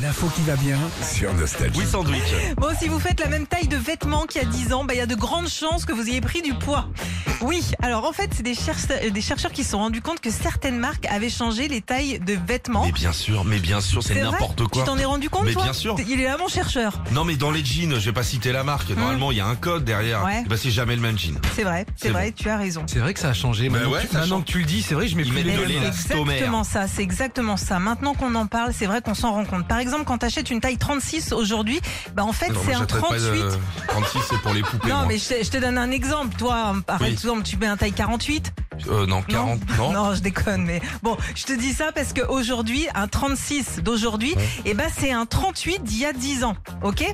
l'info qui va bien. Sur Nostalgie. Oui, sandwich. Bon, si vous faites la même taille de vêtements qu'il y a 10 ans, bah, il y a de grandes chances que vous ayez pris du poids. Oui, alors en fait, c'est des, cherche- euh, des chercheurs qui se sont rendus compte que certaines marques avaient changé les tailles de vêtements. Mais bien sûr, mais bien sûr, c'est Oh. vrai n'importe quoi. Tu t'en es rendu compte, Mais toi bien sûr. T'es- Il est là, mon chercheur. Non, mais dans les jeans, je vais pas citer la marque. Normalement, il y a un code derrière. Hum. Ouais. Eh ben, c'est jamais le même jean. C'est vrai, c'est C'est vrai, tu as raison. C'est vrai que ça a changé. Bah Maintenant, ouais, que, tu, ça maintenant change. que tu le dis, c'est vrai, je mets Ils plus mettent les de mêmes. l'élastane. exactement ça, c'est exactement ça. Maintenant qu'on en parle, c'est vrai qu'on s'en rend compte. Par exemple, quand t'achètes une taille 36 aujourd'hui, bah en fait, Non, c'est moi, un j'achète pas 38. de- 36, c'est pour les poupées. Non, moi. mais je, je te donne un exemple. Toi, par Oui. exemple, tu mets un taille 48. Euh, non, 40, non. je déconne, mais bon, je te dis ça parce qu'aujourd'hui, un 36 d'aujourd'hui, eh ben, c'est un 38 d'il y a 10 ans, ok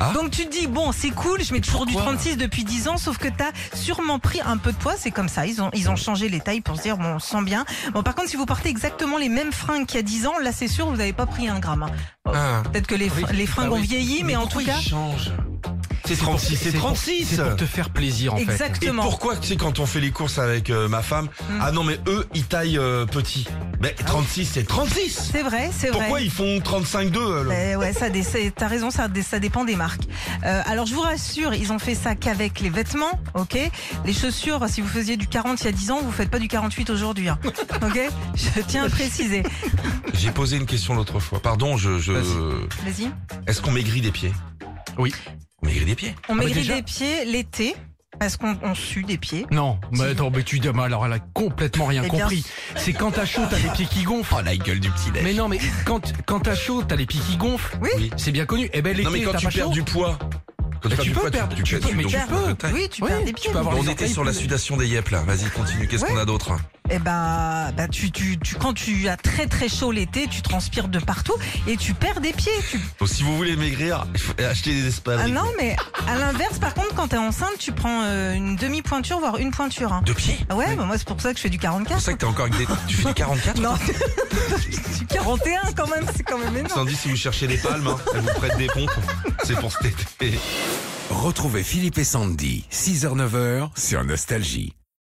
Ah. Donc tu te dis, bon, c'est cool, je mets toujours du pourquoi 36 depuis 10 ans, sauf que t'as sûrement pris un peu de poids, c'est comme ça, ils ont, ils ont changé les tailles pour se dire, bon, on se sent bien. Bon, par contre, si vous portez exactement les mêmes fringues qu'il y a 10 ans, là, c'est sûr, vous n'avez pas pris un gramme. hein. Bon, Ah. Peut-être que les, fr- les fringues Bah ont oui. vieilli, mais, en tout cas, change. C'est pour- 36, c'est pour- 36. C'est pour te faire plaisir, en fait. Et exactement. pourquoi, tu sais, quand on fait les courses avec euh, ma femme, Mm. ah non, mais eux, ils taillent euh, petit. Mais 36, c'est 36 C'est vrai, Ah c'est vrai. Pourquoi ils font 35-2 alors Ben ouais, ça, dé- c'est- t'as raison, ça, dé- ça dépend des marques. Euh, alors je vous rassure, ils ont fait ça qu'avec les vêtements, ok Les chaussures, si vous faisiez du 40 il y a 10 ans, vous faites pas du 48 aujourd'hui, hein, ok Je tiens à préciser. J'ai posé une question l'autre fois. Pardon, je... je... Vas-y. Est-ce qu'on maigrit des pieds Oui. On maigrit des pieds On bah maigrit déjà des pieds l'été parce qu'on on sue des pieds. Non, mais Si. attends, mais tu dis, ah, mais alors elle a complètement rien Eh bien. compris. C'est quand t'as chaud, t'as les pieds qui gonflent. Oh la gueule du petit Mais non, mais quand, quand t'as chaud, t'as les pieds qui gonflent. Oui. Oui. C'est bien connu. Eh ben, l'été, Non mais quand t'as tu pas perds chaud. du poids, quand Bah, tu du peux poids, perdre, tu tu peux, mais donc- tu peux. Oui, Eh tu Oui, perds des pieds. tu peux avoir On les était orteils sur la plus- sudation des yep là. Vas-y, continue. Qu'est-ce Ouais. qu'on a d'autre Eh ben, bah tu, tu, tu, quand tu as très très chaud l'été, tu transpires de partout et tu perds des pieds. Tu Donc, Si vous voulez maigrir, achetez des espaces. Ah non, mais à l'inverse, par contre, quand t'es enceinte, tu prends euh, une demi-pointure, voire une pointure. hein. De pieds Ah Ouais, bah moi, c'est pour ça que je fais du C'est pour 44. ça que t'es encore avec des. Tu fais des 44 Non, du 41 quand même, c'est quand même énorme. Sandy, si vous cherchez des palmes, hein, elles vous prêtent des pompes. C'est pour cet été. Retrouvez Philippe et Sandy, 6h-9h, sur Nostalgie.